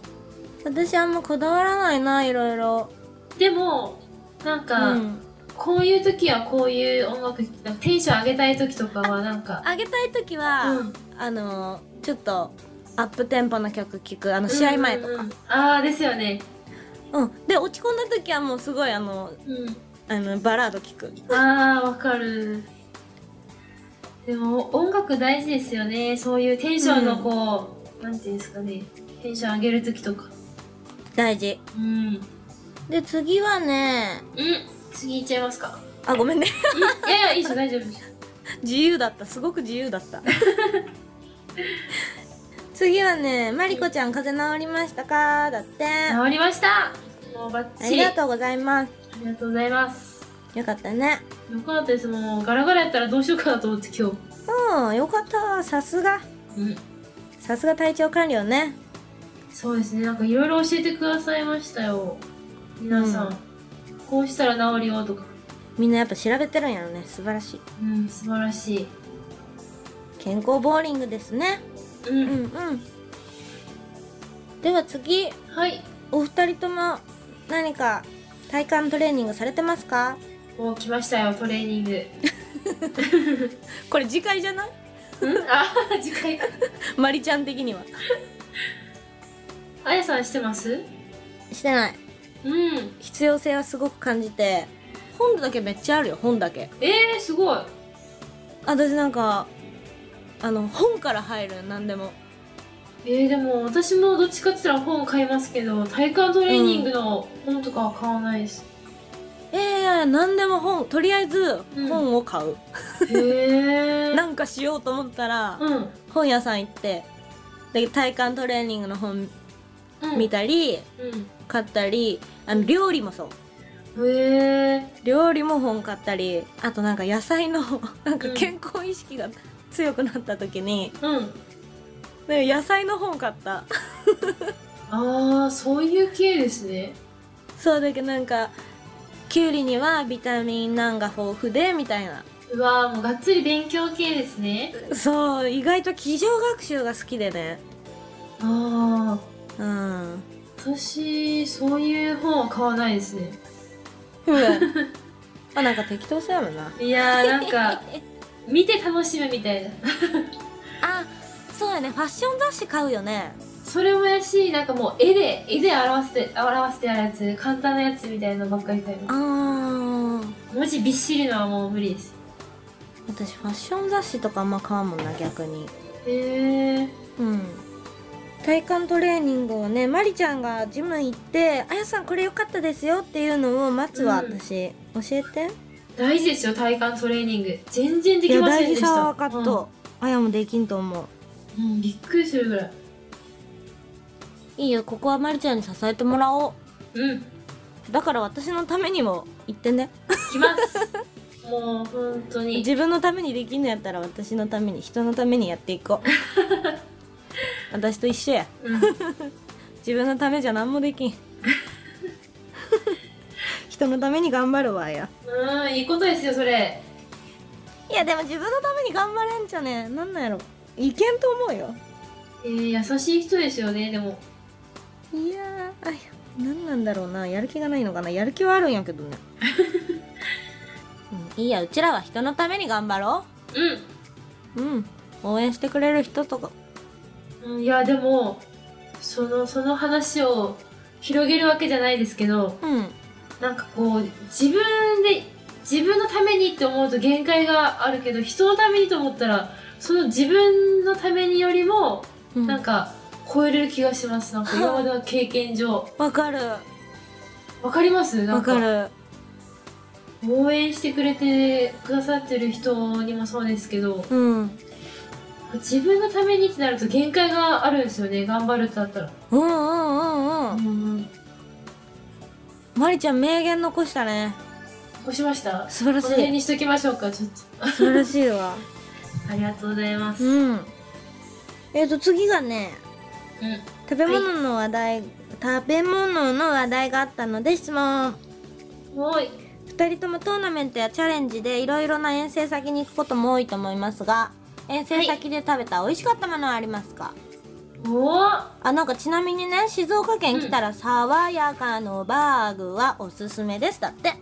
[SPEAKER 2] 私あんまこだわらないないろいろ
[SPEAKER 3] でもなんか、
[SPEAKER 2] うん
[SPEAKER 3] こういう時はこういう音楽聴きなんかテンション上げたい時とかはなんか
[SPEAKER 2] あげたい時は、
[SPEAKER 3] うん
[SPEAKER 2] あのちょっとアップテンポな曲聞くあの試合前とか
[SPEAKER 3] うんうんうんああですよね
[SPEAKER 2] うん、で落ち込んだ時はもうすごいあの
[SPEAKER 3] う
[SPEAKER 2] あのバラード聞く
[SPEAKER 3] んああわかるでも音楽大事ですよねそういうテンションのこう、なんていうんですかねテンション上げる時とか
[SPEAKER 2] 大事
[SPEAKER 3] うん
[SPEAKER 2] で次はね
[SPEAKER 3] うん次行っちゃいま すか
[SPEAKER 2] あごめんね
[SPEAKER 3] いやいやいいじゃん大丈夫です
[SPEAKER 2] 自由だったすごく自由だった 次はね「まりこちゃん風邪治りましたか?」だってあ
[SPEAKER 3] 治りましたもうバッチ
[SPEAKER 2] り
[SPEAKER 3] リ
[SPEAKER 2] がとうございます
[SPEAKER 3] ありがとうございます
[SPEAKER 2] よかったね
[SPEAKER 3] よかったですもうガラガラやったらどうしようかなと思って今日
[SPEAKER 2] うんよかったさすが
[SPEAKER 3] うん
[SPEAKER 2] さすが体調管理よね
[SPEAKER 3] そうですねなんかいろいろ教えてくださいましたよ皆さん、
[SPEAKER 2] う
[SPEAKER 3] こうしたら治るよとか
[SPEAKER 2] みんなやっぱ調べてるんやろね素晴らしい
[SPEAKER 3] うん素晴らしい
[SPEAKER 2] 健康ボーリングですね
[SPEAKER 3] うん、
[SPEAKER 2] うんうんでは次
[SPEAKER 3] はい
[SPEAKER 2] お二人とも何か体幹トレーニングされてますか
[SPEAKER 3] もう来ましたよトレーニング
[SPEAKER 2] これ次回じゃない
[SPEAKER 3] うん あ次回
[SPEAKER 2] マリちゃん的には
[SPEAKER 3] あやさんしてます
[SPEAKER 2] してない
[SPEAKER 3] うん
[SPEAKER 2] 必要性はすごく感じて本だけめっちゃあるよ本だけ
[SPEAKER 3] えー、すごい
[SPEAKER 2] 私なんかあの本から入る何でも
[SPEAKER 3] えー、でも私もどっちかって言ったら本を買いますけど体幹トレーニングの本とかは買わないです、
[SPEAKER 2] ええ何でも本とりあえず
[SPEAKER 3] うん
[SPEAKER 2] 本を買う、
[SPEAKER 3] へえ
[SPEAKER 2] なんかしようと思ったら、
[SPEAKER 3] うん、
[SPEAKER 2] 本屋さん行ってで体幹トレーニングの本
[SPEAKER 3] うん、
[SPEAKER 2] 見たり、
[SPEAKER 3] う
[SPEAKER 2] 買ったりあの料理もそうん
[SPEAKER 3] へえ
[SPEAKER 2] 料理も本買ったりあとなんか野菜の なんか
[SPEAKER 3] うん
[SPEAKER 2] 健康意識が強くなった時に、
[SPEAKER 3] うん
[SPEAKER 2] で野菜の本買った
[SPEAKER 3] ああそういう系ですね
[SPEAKER 2] そうだけどなんかきゅうりにはビタミンなんが豊富でみたいな
[SPEAKER 3] うわーもうがっつり勉強系ですね
[SPEAKER 2] そう意外と基上学習が好きでね
[SPEAKER 3] あ
[SPEAKER 2] う
[SPEAKER 3] あ
[SPEAKER 2] ん
[SPEAKER 3] 私そういう本は買わないですね
[SPEAKER 2] あなんか適当そうやもんない
[SPEAKER 3] やーな んか見て楽しむみたいな
[SPEAKER 2] あそうやねファッション雑誌買うよね
[SPEAKER 3] それもやしなんかもう絵で絵で表せて表してやるやつ簡単なやつみたいなのばっかり買いま
[SPEAKER 2] あー
[SPEAKER 3] す文字びっしりのはもう無理です
[SPEAKER 2] 私ファッション雑誌とかあんま買うもんな逆に
[SPEAKER 3] へえ
[SPEAKER 2] うん体幹トレーニングをねまりちゃんがジム行って「あやさんこれ良かったですよ」っていうのを待つわ、
[SPEAKER 3] うん
[SPEAKER 2] 私教えて
[SPEAKER 3] 大事ですよ体幹トレーニング全然で
[SPEAKER 2] い
[SPEAKER 3] き
[SPEAKER 2] や
[SPEAKER 3] ま
[SPEAKER 2] 大
[SPEAKER 3] せんで
[SPEAKER 2] 事
[SPEAKER 3] した
[SPEAKER 2] さは分かった、あやもできんと思う
[SPEAKER 3] うん、うんびっくりするぐらい
[SPEAKER 2] いいよここはまりちゃんに支えてもらお
[SPEAKER 3] うん
[SPEAKER 2] うだから私のためにも行ってね
[SPEAKER 3] きますもう本当に
[SPEAKER 2] 自分のためにできんのやったら私のために人のためにやっていこ う私と一緒や
[SPEAKER 3] うん
[SPEAKER 2] 自分のためじゃ何もできん 人のために頑張るわや
[SPEAKER 3] うんいいことですよそれ
[SPEAKER 2] いやでも自分のために頑張れんじゃねなんなんやろいけんと思うよ
[SPEAKER 3] えー、優しい人ですよねでも
[SPEAKER 2] いやーあいやなんなんだろうなやる気がないのかなやる気はあるんやけどね、 うん、いいやうちらは人のために頑張ろ
[SPEAKER 3] う
[SPEAKER 2] うう
[SPEAKER 3] ん
[SPEAKER 2] ん応援してくれる人とか
[SPEAKER 3] うんいやでもそのその話を広げるわけじゃないですけど
[SPEAKER 2] うん
[SPEAKER 3] なんかこう自分で自分のためにって思うと限界があるけど人のためにと思ったらその自分のためによりも
[SPEAKER 2] うん
[SPEAKER 3] なんか超えれる気がしますなんか今までの経験上
[SPEAKER 2] わかる
[SPEAKER 3] わかりますな
[SPEAKER 2] わ
[SPEAKER 3] んか
[SPEAKER 2] かる
[SPEAKER 3] 応援してくれてくださってる人にもそうですけど
[SPEAKER 2] うん
[SPEAKER 3] 自分のためにってなると限界があるんですよね頑張るってなったら。
[SPEAKER 2] うんうんうんうん
[SPEAKER 3] うん、
[SPEAKER 2] まりちゃん名言残したね
[SPEAKER 3] こしました
[SPEAKER 2] 素晴ら
[SPEAKER 3] こ
[SPEAKER 2] し
[SPEAKER 3] の辺
[SPEAKER 2] い
[SPEAKER 3] にしときましょうかちょっと
[SPEAKER 2] 素晴らしいわ
[SPEAKER 3] ありがとうございます、
[SPEAKER 2] うんえっ、と次がね
[SPEAKER 3] うん
[SPEAKER 2] 食べ物の話題、食べ物の話題があったので質問
[SPEAKER 3] おい
[SPEAKER 2] 2人ともトーナメントやチャレンジでいろいろな遠征先に行くことも多いと思いますが遠征先で食べた美味しかったものはありますか、
[SPEAKER 3] おー
[SPEAKER 2] あなんかちなみにね静岡県来たら爽やかのバーグはおすすめですだって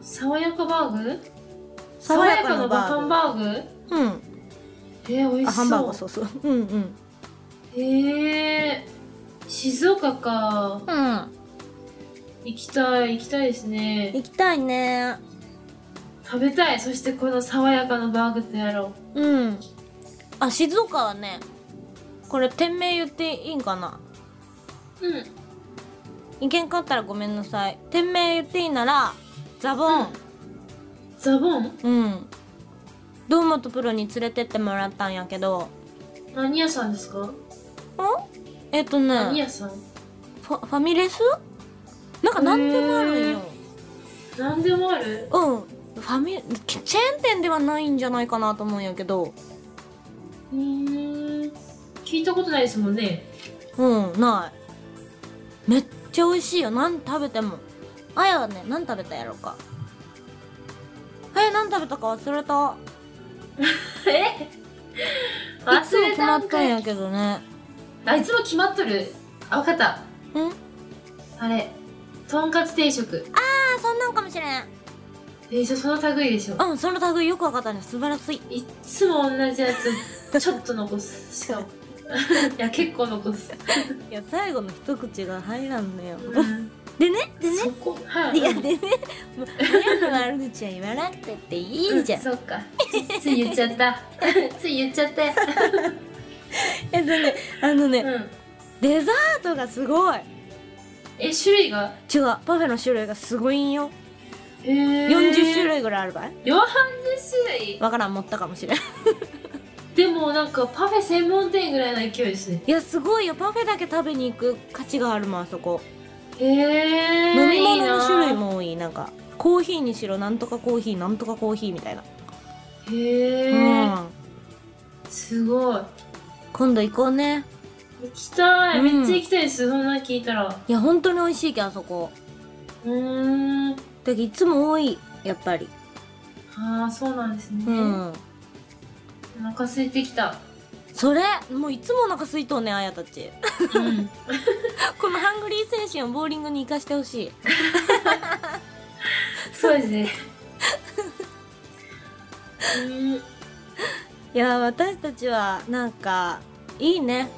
[SPEAKER 3] 爽やかバーグ爽やかのバトンバーグ
[SPEAKER 2] グうん
[SPEAKER 3] えー、美味
[SPEAKER 2] あ
[SPEAKER 3] しそ
[SPEAKER 2] ハ
[SPEAKER 3] う
[SPEAKER 2] ンバーグそうそううんうん
[SPEAKER 3] えー、静岡か
[SPEAKER 2] うん行
[SPEAKER 3] 行きたい行きたいですね
[SPEAKER 2] きたいね
[SPEAKER 3] 食べたいそしてこの爽やかのバーグってやろ
[SPEAKER 2] うんあ静岡はねこれ店名言っていいんかな
[SPEAKER 3] ううん
[SPEAKER 2] 意見かったらごめんなさい店名言っていいならザボン
[SPEAKER 3] ザボン
[SPEAKER 2] うん、堂本プロに連れてってもらったんやけどん
[SPEAKER 3] 何屋さんですか
[SPEAKER 2] えっと
[SPEAKER 3] 何
[SPEAKER 2] ね
[SPEAKER 3] 屋さん
[SPEAKER 2] ファファミレスなんか何でもあるん
[SPEAKER 3] へ
[SPEAKER 2] よ
[SPEAKER 3] ー何でもある
[SPEAKER 2] うんファミチチェーン店ではないんじゃないかなと思うんやけど
[SPEAKER 3] うーん聞いたことないですもんね
[SPEAKER 2] うんないめっちゃ美味しいよ何食べてもあやはね何食べたやろうかえ何食べたか忘れた
[SPEAKER 3] え
[SPEAKER 2] いつ
[SPEAKER 3] 忘
[SPEAKER 2] も
[SPEAKER 3] れ
[SPEAKER 2] 決
[SPEAKER 3] た
[SPEAKER 2] ま
[SPEAKER 3] ん
[SPEAKER 2] ったん
[SPEAKER 3] かい
[SPEAKER 2] やけどね
[SPEAKER 3] あいつも決まっとるあ分かった
[SPEAKER 2] うん
[SPEAKER 3] あれとんかつ定食
[SPEAKER 2] あそんなんかもしれん
[SPEAKER 3] えー、そその類でしょ
[SPEAKER 2] うんその類よくわかったね素晴らしい
[SPEAKER 3] いっつも同じやつちょっと残すしかも いや結構残す、
[SPEAKER 2] いや最後の一口が入らんのよ
[SPEAKER 3] うん、
[SPEAKER 2] でねでね
[SPEAKER 3] そこはい
[SPEAKER 2] いやでねもう親の悪口は言わなくてっていいじゃん
[SPEAKER 3] うそっかつつい言っちゃった つい言っちゃって
[SPEAKER 2] えっとねあのね
[SPEAKER 3] うん
[SPEAKER 2] デザートがすごい
[SPEAKER 3] え種類が
[SPEAKER 2] 違うパフェの種類がすごいんよ
[SPEAKER 3] えー、
[SPEAKER 2] 40種類ぐらいあるばい
[SPEAKER 3] 40種類
[SPEAKER 2] わからん持ったかもしれん
[SPEAKER 3] でもなんかパフェ専門店ぐらいの勢いですね
[SPEAKER 2] いやすごいよパフェだけ食べに行く価値があるもんあそこ
[SPEAKER 3] へえ
[SPEAKER 2] 飲み物の種類
[SPEAKER 3] も
[SPEAKER 2] も多いなんかコーヒーにしろなんとかコーヒーなんとかコーヒーみたいな、
[SPEAKER 3] へえ、
[SPEAKER 2] うん
[SPEAKER 3] すごい
[SPEAKER 2] 今度行こうね
[SPEAKER 3] 行きたい、
[SPEAKER 2] うん
[SPEAKER 3] めっちゃ行きたいですそんなん聞いたら
[SPEAKER 2] いや本当に美味しいけんあそこ
[SPEAKER 3] うーん
[SPEAKER 2] だけどいつも多いやっぱり
[SPEAKER 3] ああそうなんですね、
[SPEAKER 2] う
[SPEAKER 3] お
[SPEAKER 2] ん
[SPEAKER 3] 腹空いてき た
[SPEAKER 2] それもういつもお腹空いとうねあやたち
[SPEAKER 3] うん
[SPEAKER 2] このハングリー精神をボーリングに生かしてほしい
[SPEAKER 3] そうですねうん
[SPEAKER 2] いや私たちはなんかいいね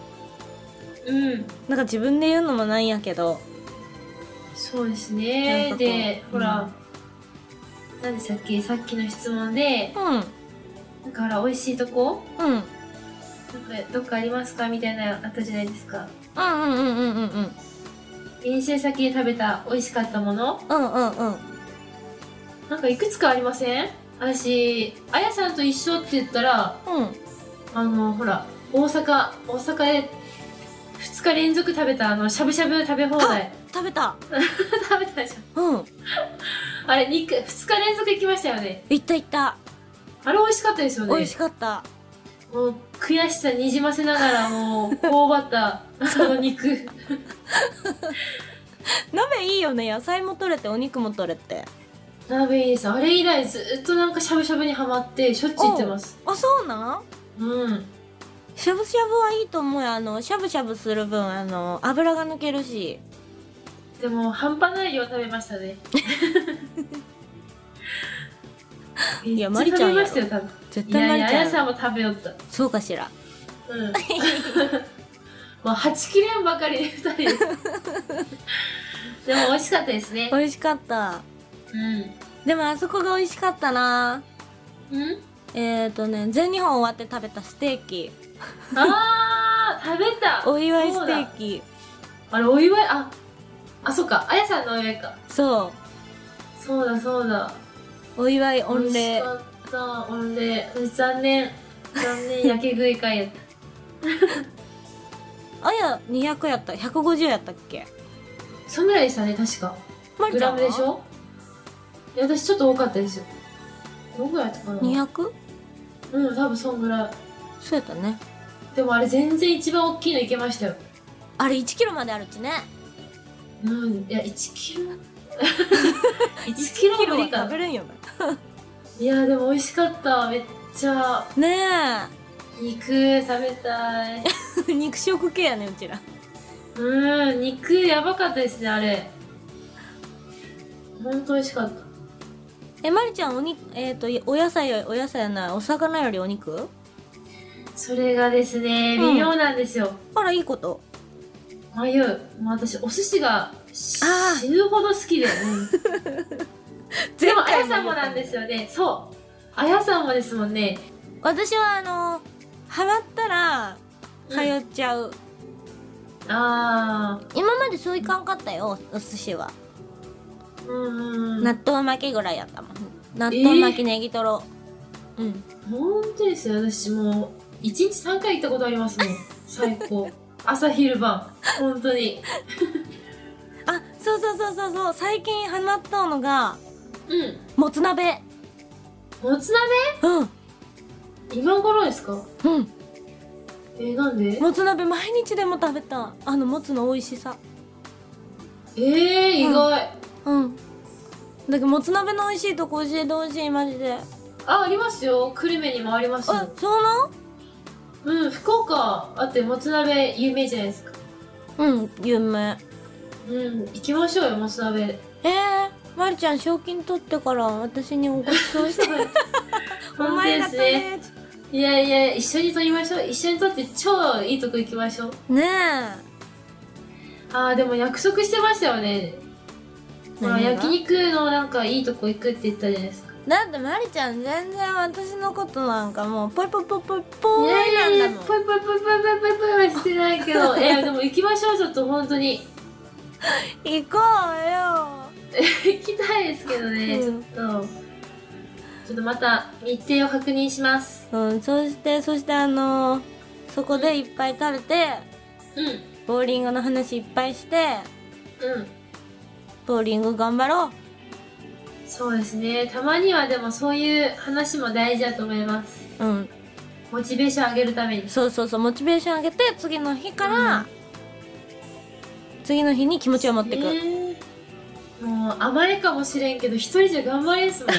[SPEAKER 3] うん
[SPEAKER 2] なんか自分で言うのもなんやけど
[SPEAKER 3] そうです
[SPEAKER 2] なんか
[SPEAKER 3] ね
[SPEAKER 2] こう
[SPEAKER 3] でほ
[SPEAKER 2] う
[SPEAKER 3] ら
[SPEAKER 2] ん、
[SPEAKER 3] 何でしたっけさっきの質問で
[SPEAKER 2] うん
[SPEAKER 3] なんかほら美味しいとこ
[SPEAKER 2] うん
[SPEAKER 3] なんかどっかありますかみたいなあったじゃないですか
[SPEAKER 2] うんうんうんうんうんうん
[SPEAKER 3] 遠征先で食べた美味しかったもの
[SPEAKER 2] うんうんうん
[SPEAKER 3] なんかいくつかありません私あやさんと一緒って言ったらあのほら大阪大阪で2日連続食べたあのしゃぶしゃぶ食べ放題
[SPEAKER 2] 食べた
[SPEAKER 3] 食べたじゃん
[SPEAKER 2] うん
[SPEAKER 3] あれ 2, 2日連続行きましたよね
[SPEAKER 2] 行った行った
[SPEAKER 3] あれ美味しかったですよね
[SPEAKER 2] 美味しかった
[SPEAKER 3] もう悔しさにじませながらもう頬張った その肉
[SPEAKER 2] 鍋いいよね野菜も取れてお肉も取れて
[SPEAKER 3] 鍋いいですあれ以来ずっとなんかしゃぶしゃぶにはまってしょっちゅう行ってます
[SPEAKER 2] あそうなん
[SPEAKER 3] うん
[SPEAKER 2] しゃぶしゃぶはいいと思うよあのしゃぶしゃぶする分あの油が抜けるし
[SPEAKER 3] でも半端ない量食べましたね
[SPEAKER 2] いやマリちゃんや
[SPEAKER 3] め
[SPEAKER 2] ろ
[SPEAKER 3] っちゃ食べましたよ多分
[SPEAKER 2] 絶
[SPEAKER 3] いや
[SPEAKER 2] 対
[SPEAKER 3] い
[SPEAKER 2] マ
[SPEAKER 3] やあ
[SPEAKER 2] リちゃ
[SPEAKER 3] や
[SPEAKER 2] ん
[SPEAKER 3] さんも食べよった
[SPEAKER 2] そうかしら
[SPEAKER 3] うん まあ八切れんばかりで二人ですでも美味しかったですね
[SPEAKER 2] 美味しかった
[SPEAKER 3] うん
[SPEAKER 2] でもあそこが美味しかったな
[SPEAKER 3] うん
[SPEAKER 2] えっ、ー、とね全日本終わって食べたステーキ
[SPEAKER 3] あー食べた
[SPEAKER 2] お祝い
[SPEAKER 3] そ
[SPEAKER 2] ス
[SPEAKER 3] う
[SPEAKER 2] テ
[SPEAKER 3] だ
[SPEAKER 2] ーキ
[SPEAKER 3] あれお祝いああそっかあやさんのお祝いか
[SPEAKER 2] そう
[SPEAKER 3] そうだそうだ
[SPEAKER 2] お祝い御
[SPEAKER 3] 美味し
[SPEAKER 2] 礼
[SPEAKER 3] かった御礼残念残念焼け食い会やっ
[SPEAKER 2] あや200やった150やったっけ
[SPEAKER 3] たそんぐらいでしたね確か
[SPEAKER 2] ま
[SPEAKER 3] グ
[SPEAKER 2] るちゃ
[SPEAKER 3] ラ
[SPEAKER 2] ん
[SPEAKER 3] ム
[SPEAKER 2] は
[SPEAKER 3] でしょいや私ちょっと多かったですよどんぐらいだったかな
[SPEAKER 2] 200?
[SPEAKER 3] うん多分そんぐらい
[SPEAKER 2] そうやったね
[SPEAKER 3] でもあれ全然一番大きいのいけましたよ
[SPEAKER 2] あれ1キロまであるっちね
[SPEAKER 3] うんいや1キ ロ1キロは無理
[SPEAKER 2] は
[SPEAKER 3] か
[SPEAKER 2] 食べれんよね
[SPEAKER 3] いやでも美味しかっためっちゃ
[SPEAKER 2] ね
[SPEAKER 3] 肉食べ たい
[SPEAKER 2] え 肉食系やねうちら
[SPEAKER 3] うん肉やばかったですねあれほんと美味しかった
[SPEAKER 2] えまりちゃんお肉えっ、とお野菜よお野菜やないお魚よりお肉
[SPEAKER 3] それがですね
[SPEAKER 2] うん
[SPEAKER 3] 微妙なんですよ、
[SPEAKER 2] あらいいこと
[SPEAKER 3] 迷うもう私お寿司がし
[SPEAKER 2] あー
[SPEAKER 3] 死ぬほど好きで、うんでもあやさんもなんです
[SPEAKER 2] よ
[SPEAKER 3] よねそうあやさんもですもんね
[SPEAKER 2] 私はあの払ったら通っちゃう、
[SPEAKER 3] ああ
[SPEAKER 2] 今までそういかんかったよお寿司は、
[SPEAKER 3] うんうんうん
[SPEAKER 2] 納豆巻きぐらいやったもん納豆巻きネギトロ、うん
[SPEAKER 3] 本当ですよ私もう1日3回行ったことありますもん最高朝昼晩本当に
[SPEAKER 2] あそうそうそうそうそう最近ハマったのが
[SPEAKER 3] うん
[SPEAKER 2] もつ鍋
[SPEAKER 3] もつ鍋
[SPEAKER 2] うん
[SPEAKER 3] 今頃ですか
[SPEAKER 2] うん
[SPEAKER 3] えー、なんで
[SPEAKER 2] もつ鍋毎日でも食べたあのもつの美味しさ
[SPEAKER 3] えー、意外、
[SPEAKER 2] うんだけどもつ鍋の美味しいとこ教えてほしいマジで
[SPEAKER 3] あありますよ久留米にもあります
[SPEAKER 2] あ
[SPEAKER 3] よ
[SPEAKER 2] そうな
[SPEAKER 3] うん福岡あってもつ鍋有名じゃないですか
[SPEAKER 2] うん有名
[SPEAKER 3] うん行きましょうよもつ鍋
[SPEAKER 2] えー、まるちゃん賞金取ってから私におごちそうしてお
[SPEAKER 3] 本当
[SPEAKER 2] 前
[SPEAKER 3] で
[SPEAKER 2] 方
[SPEAKER 3] すね
[SPEAKER 2] ね
[SPEAKER 3] いやいや一緒に撮りましょう一緒に撮って超いいとこ行きましょう
[SPEAKER 2] ね
[SPEAKER 3] あーでも約束してましたよねほら
[SPEAKER 2] 何が
[SPEAKER 3] 焼肉のなんかいいとこ行くって言ったじゃないですか
[SPEAKER 2] えだってまりちゃん全然私のことなんかもうポイポイポイポイポイ
[SPEAKER 3] い
[SPEAKER 2] な
[SPEAKER 3] や
[SPEAKER 2] ん
[SPEAKER 3] い
[SPEAKER 2] だ
[SPEAKER 3] や
[SPEAKER 2] も
[SPEAKER 3] ぽ
[SPEAKER 2] ん
[SPEAKER 3] いぽいぽいぽいぽいぽいぽいはしてないけどいやでも行きましょうちょっと本当に
[SPEAKER 2] 行こうよ
[SPEAKER 3] 行きたいですけどね、
[SPEAKER 2] うん
[SPEAKER 3] ちょっとちょっとまた日程を確認します
[SPEAKER 2] うん、そしてそしてあのーそこでいっぱい食べて
[SPEAKER 3] うんう
[SPEAKER 2] ボーリングの話いっぱいして
[SPEAKER 3] ん
[SPEAKER 2] ボーリング頑張ろう
[SPEAKER 3] そうですねたまにはでもそういう話も大事だと思います
[SPEAKER 2] うん、
[SPEAKER 3] モチベーション上げるために
[SPEAKER 2] そうそうそうモチベーション上げて次の日から、
[SPEAKER 3] うん
[SPEAKER 2] 次の日に気持ちを持ってく、
[SPEAKER 3] ねえもう甘えかもしれんけど一人じゃ頑張れん すもん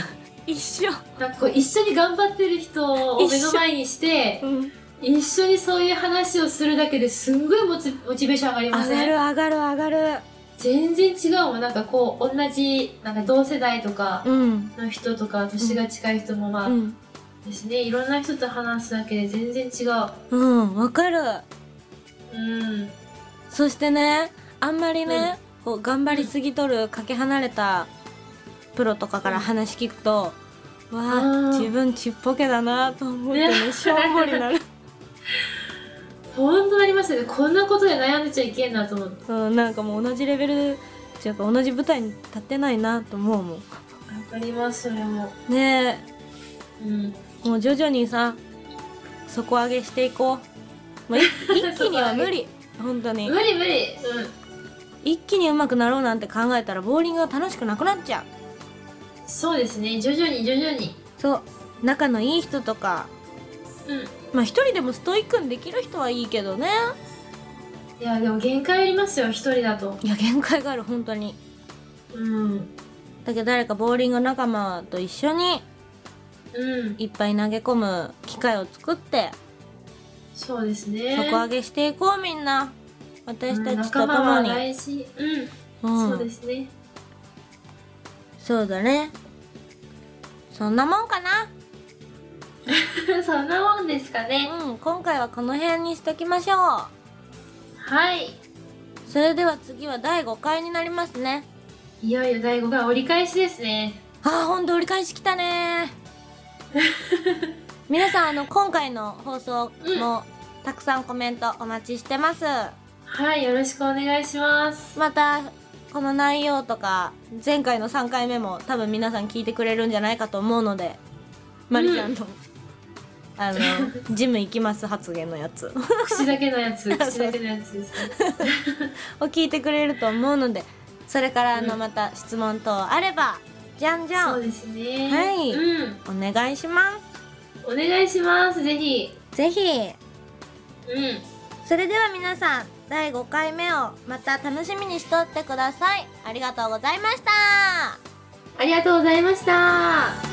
[SPEAKER 2] 一緒、
[SPEAKER 3] なんかこう一緒に頑張ってる人を目の前にして
[SPEAKER 2] うん、
[SPEAKER 3] 一緒にそういう話をするだけですんごいモチモチベーション上がりま
[SPEAKER 2] 上が
[SPEAKER 3] せ
[SPEAKER 2] る
[SPEAKER 3] ん
[SPEAKER 2] 上がる上がる
[SPEAKER 3] 全然違うもんなんかこう同じなんか同世代とか
[SPEAKER 2] うん
[SPEAKER 3] の人とか年が近い人もまあ、
[SPEAKER 2] うん
[SPEAKER 3] ですねいろんな人と話すだけで全然違う
[SPEAKER 2] うんわかる
[SPEAKER 3] うん
[SPEAKER 2] そしてねあんまりね、こう頑張りすぎとるかけ離れたプロとかから話聞くと、わ
[SPEAKER 3] う
[SPEAKER 2] あ
[SPEAKER 3] ん
[SPEAKER 2] 自分ちっぽけだなと思ってね
[SPEAKER 3] ね
[SPEAKER 2] しょんぼりな る、
[SPEAKER 3] 本当なりますよねこんなことで悩んでちゃいけんなと思って
[SPEAKER 2] うん、なんかもう同じレベルっていうか同じ舞台に立ってないなと思うもん
[SPEAKER 3] わかりますそれも
[SPEAKER 2] ね
[SPEAKER 3] うん
[SPEAKER 2] えもう徐々にさ底上げしていこうも うい一気には無理本当に
[SPEAKER 3] 無理無理うん
[SPEAKER 2] 一気に上手くなろうなんて考えたらボーリングが楽しくなくなっちゃう
[SPEAKER 3] そうですね徐々に徐々に
[SPEAKER 2] そう仲のいい人とか
[SPEAKER 3] うん
[SPEAKER 2] まあ一人でもストイックにできる人はいいけどね
[SPEAKER 3] いやでも限界ありますよ一人だと
[SPEAKER 2] いや限界がある本当に
[SPEAKER 3] うん
[SPEAKER 2] だけど誰かボーリング仲間と一緒に
[SPEAKER 3] うん
[SPEAKER 2] いっぱい投げ込む機会を作って
[SPEAKER 3] そうですね
[SPEAKER 2] 底上げしていこうみんな私
[SPEAKER 3] う
[SPEAKER 2] た
[SPEAKER 3] ん
[SPEAKER 2] ち
[SPEAKER 3] 仲
[SPEAKER 2] と
[SPEAKER 3] 間
[SPEAKER 2] 共
[SPEAKER 3] は
[SPEAKER 2] に、
[SPEAKER 3] 大事うん、
[SPEAKER 2] うん、
[SPEAKER 3] そうですね
[SPEAKER 2] そうだねそんなもんかな
[SPEAKER 3] そんなもんですかね
[SPEAKER 2] うん今回はこの辺にしときましょ
[SPEAKER 3] はいう
[SPEAKER 2] それでは次は第5回になりますね
[SPEAKER 3] いよいよ第5回折り返しですね
[SPEAKER 2] あーほんと折り返しきたね 皆さんあの今回の放送もたくさんコメントお待ちしてます
[SPEAKER 3] はいよろしくお願い します
[SPEAKER 2] またこの内容とか前回の3回目も多分皆さん聞いてくれるんじゃないかと思うのでまりちゃんの、あのジム行きます発言のやつ
[SPEAKER 3] 口だけのやつ口だけのやつですね
[SPEAKER 2] を聞いてくれると思うのでそれからあの
[SPEAKER 3] うん
[SPEAKER 2] また質問等あればじゃんじゃ
[SPEAKER 3] そうんですね
[SPEAKER 2] はい
[SPEAKER 3] うん
[SPEAKER 2] お願いしま
[SPEAKER 3] お願いしますぜひ
[SPEAKER 2] すぜひ
[SPEAKER 3] うん
[SPEAKER 2] それでは皆さん第5回目をまた楽しみにしとってくださいありがとうございました
[SPEAKER 3] ありがとうございました